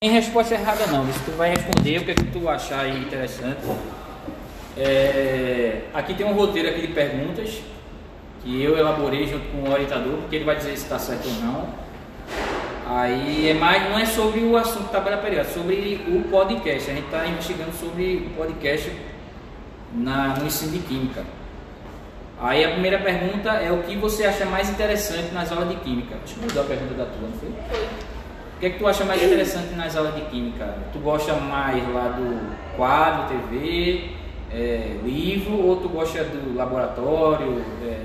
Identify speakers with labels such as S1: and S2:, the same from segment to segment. S1: Tem resposta errada não, isso tu vai responder o que é que tu achar aí interessante. É, aqui tem um roteiro aqui de perguntas que eu elaborei junto com o orientador, porque ele vai dizer se está certo ou não. Aí é mais, não é sobre o assunto tabela periódica, é sobre o podcast. A gente está investigando sobre o podcast na, no ensino de química. Aí a primeira pergunta é o que você acha mais interessante nas aulas de química? Acho que mudou a pergunta da tua, não foi? O que é que tu acha mais interessante nas aulas de química? Tu gosta mais lá do quadro, TV, é, livro, ou tu gosta do laboratório, é,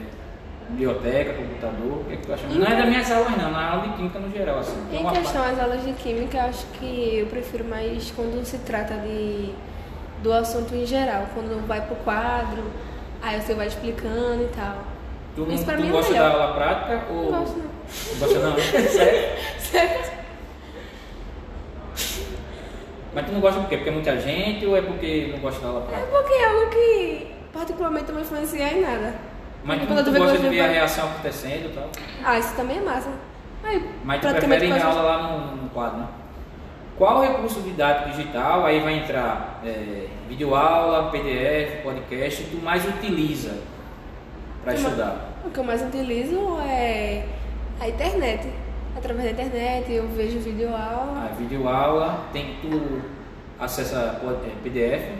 S1: biblioteca, computador? O que é que tu acha mais? Não é das minhas aulas não, na aula de química no geral, assim. Tem
S2: Então- Em
S1: uma
S2: questão
S1: parte-
S2: às aulas de química, eu acho que eu prefiro mais quando se trata de, do assunto em geral, quando vai pro quadro, aí você vai explicando e tal.
S1: Tu, não-
S2: Isso pra
S1: tu
S2: mim é
S1: gosta da
S2: melhor.
S1: aula prática ou.
S2: Não gosto, não.
S1: Gosta não? Sério?
S2: Certo?
S1: Mas tu não gosta por quê? Porque é muita gente ou é porque não gosta da aula
S2: É
S1: prática?
S2: porque é algo que particularmente não me influencia em nada.
S1: Mas tu,
S2: Quando eu
S1: tu
S2: tô
S1: gosta de
S2: vendo
S1: ver a
S2: vídeo-
S1: reação acontecendo e tal?
S2: Ah, isso também é massa. Aí,
S1: Mas tu
S2: praticamente
S1: prefere ir na
S2: quase-
S1: aula lá no, no quadro, né? Qual recurso didático digital, aí vai entrar é, videoaula, PDF, podcast, tu mais utiliza para
S2: Uma-
S1: estudar?
S2: O que eu mais utilizo é a internet. Através da internet eu vejo vídeo aula.
S1: A Ah, videoaula, tem tu acessa pod- é, PDF,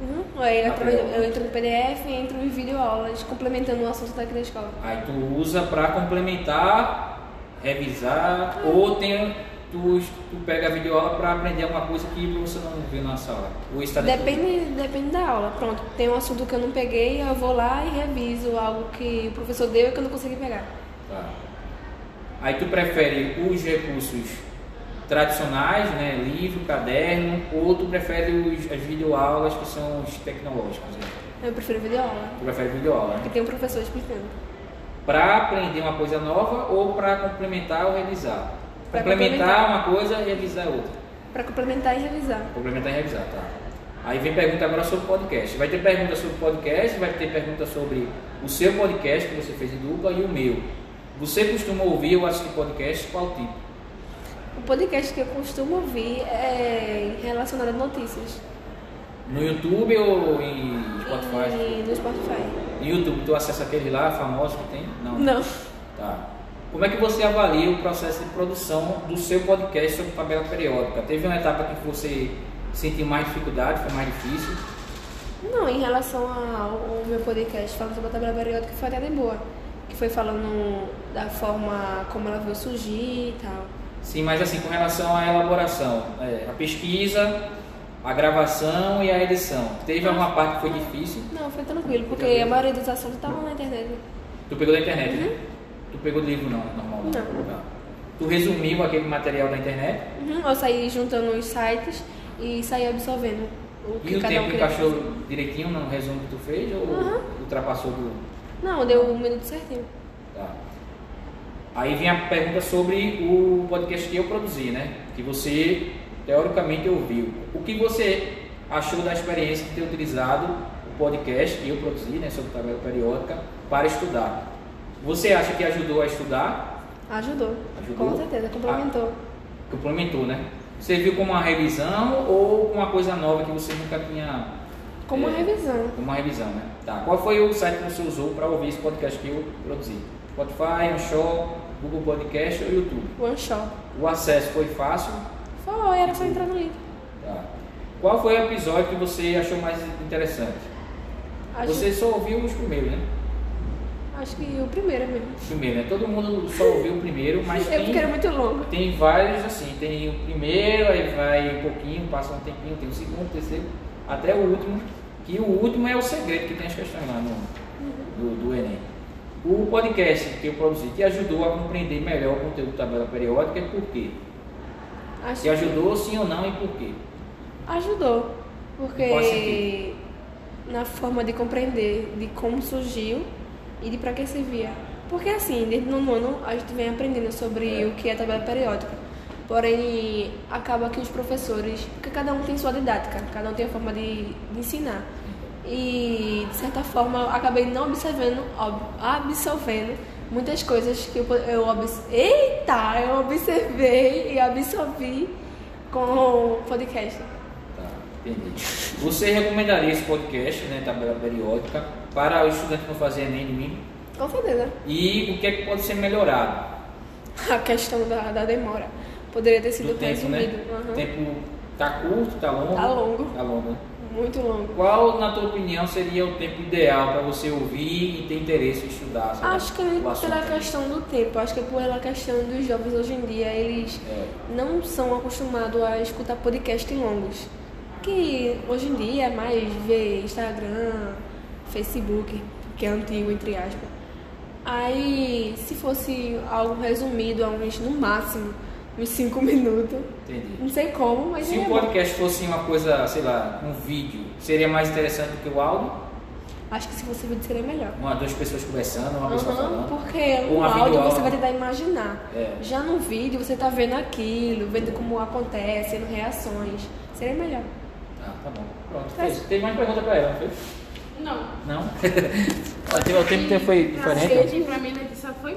S2: Uhum. Aí
S1: Ah,
S2: através-
S1: legal.
S2: eu entro no PDF e entro em vídeo aulas, complementando o assunto daqui da escola.
S1: aí tu usa para complementar, revisar, ou tem, tu, tu pega a videoaula para aprender alguma coisa que você não viu na sala. Ou está dentro do-
S2: Depende, depende da aula. Pronto, tem um assunto que eu não peguei, eu vou lá e reviso algo que o professor deu e que eu não consegui pegar.
S1: Tá. Aí tu prefere os recursos tradicionais, né, livro, caderno, ou tu prefere os, as videoaulas que são os tecnológicos? Né?
S2: Eu prefiro vídeo aula,
S1: Tu prefere videoaula, né?
S2: porque tem um professor explicando.
S1: Para aprender uma coisa nova ou para complementar ou revisar?
S2: Pra
S1: complementar uma coisa e revisar outra.
S2: Para complementar e revisar.
S1: Complementar e revisar, tá. Aí vem pergunta agora sobre podcast. Vai ter pergunta sobre podcast, vai ter pergunta sobre o seu podcast que você fez em dupla e o meu. Você costuma ouvir ou assistir podcast? Qual tipo?
S2: O podcast que eu costumo ouvir é relacionado a notícias.
S1: No YouTube ou em Spotify?
S2: E no Spotify.
S1: No YouTube, tu acessa aquele lá, famoso que tem? Não. né?
S2: Não.
S1: Tá. Como é que você avalia o processo de produção do seu podcast sobre tabela periódica? Teve uma etapa que você sentiu mais dificuldade, foi mais difícil?
S2: Não, em relação ao ao meu podcast falando sobre a tabela periódica, foi até de boa. Que foi falando da forma como ela veio surgir e tal.
S1: Sim, mas assim, com relação à elaboração, é, a pesquisa, a gravação e a edição. Teve alguma parte que foi difícil?
S2: Não, foi tranquilo, porque a maioria dos assuntos estavam na internet.
S1: Tu pegou da internet, né? Tu pegou do livro não, normal.
S2: Uhum. Não.
S1: Tá. Tu resumiu aquele material da internet?
S2: Uhum, eu saí juntando os sites e saí absorvendo o que
S1: E o
S2: cada um Uhum.
S1: tempo
S2: queria.
S1: encaixou direitinho no resumo que tu fez ou
S2: Aham.
S1: ultrapassou do.
S2: Não, deu um minuto certinho.
S1: Tá. Aí vem a pergunta sobre o podcast que eu produzi, né? Que você teoricamente ouviu. O que você achou da experiência de ter utilizado o podcast que eu produzi, né? Sobre tabela periódica, para estudar? Você acha que ajudou a estudar?
S2: Ajudou.
S1: Ajudou?
S2: Com certeza, complementou.
S1: Complementou, né? Serviu como uma revisão ou uma coisa nova que você nunca tinha
S2: Como
S1: é.
S2: uma revisão.
S1: Uma revisão, né? Tá. Qual foi o site que você usou para ouvir esse podcast que eu produzi? Spotify, Anchor, Google Podcast ou YouTube?
S2: One shot.
S1: O acesso foi fácil?
S2: Foi, era só entrar no link.
S1: Tá. Qual foi o episódio que você achou mais interessante?
S2: Acho,
S1: Você só ouviu os primeiros, né?
S2: acho que o primeiro mesmo.
S1: Os primeiros, né? Todo mundo só ouviu o primeiro, mas
S2: é porque era
S1: tem,
S2: muito longo.
S1: tem vários assim. Tem o primeiro, aí vai um pouquinho, passa um tempinho, tem o segundo, o terceiro, até o último. Que o último é o segredo que tem as questões lá no, do, do Enem. O podcast que eu produzi te ajudou a compreender melhor o conteúdo da tabela periódica e por quê?
S2: Acho
S1: Te ajudou sim ou não e por quê?
S2: Ajudou,
S1: Em qual
S2: porque
S1: sentido?
S2: na forma de compreender de como surgiu e de para que servia. Porque assim, desde o nono ano a gente vem aprendendo sobre
S1: É.
S2: o que é tabela periódica. Porém, acaba que os professores, porque cada um tem sua didática, cada um tem a forma de, de ensinar. E de certa forma eu acabei não observando, ob, absorvendo muitas coisas que eu, po- eu obs- Eita, eu observei e absorvi com o podcast.
S1: Tá, entendi. Você recomendaria esse podcast, né, tabela periódica, para o estudante que não fazia Enem de mim?
S2: Com certeza.
S1: E o que é que pode ser melhorado?
S2: A questão da, da demora. Poderia ter sido
S1: Do tempo, né?
S2: resumido. Aham.
S1: O tempo tá curto, tá longo?
S2: Tá longo.
S1: Tá longo. né?
S2: Muito longo.
S1: Qual, na tua opinião, seria o tempo ideal para você ouvir e ter interesse em estudar? sobre
S2: Acho que
S1: o
S2: pela
S1: assunto?
S2: questão do tempo, acho que pela questão dos jovens hoje em dia, eles
S1: É.
S2: não são acostumados a escutar podcasts longos. Que hoje em dia é mais ver Instagram, Facebook, que é antigo, entre aspas. Aí, se fosse algo resumido a uns, no máximo, uns 5 minutos,
S1: Entendi.
S2: não sei como, mas
S1: Se
S2: é
S1: o
S2: bom.
S1: podcast fosse uma coisa, sei lá, um vídeo, seria mais interessante do que o áudio?
S2: Acho que se você vir seria melhor.
S1: Uma, duas pessoas conversando, uma pessoa
S2: Aham,
S1: falando.
S2: porque
S1: Ou
S2: no
S1: uma
S2: áudio
S1: videoaula.
S2: você vai tentar imaginar.
S1: Um É.
S2: Já no vídeo você tá vendo aquilo, vendo como acontece, vendo reações. Seria melhor.
S1: Ah, tá bom. Pronto, fez. Tem mais pergunta para ela, não fez?
S3: Não.
S1: Não? Ó, teve- o tempo foi
S3: Pra
S1: diferente? né? ó.
S3: gente, pra mim, Letícia foi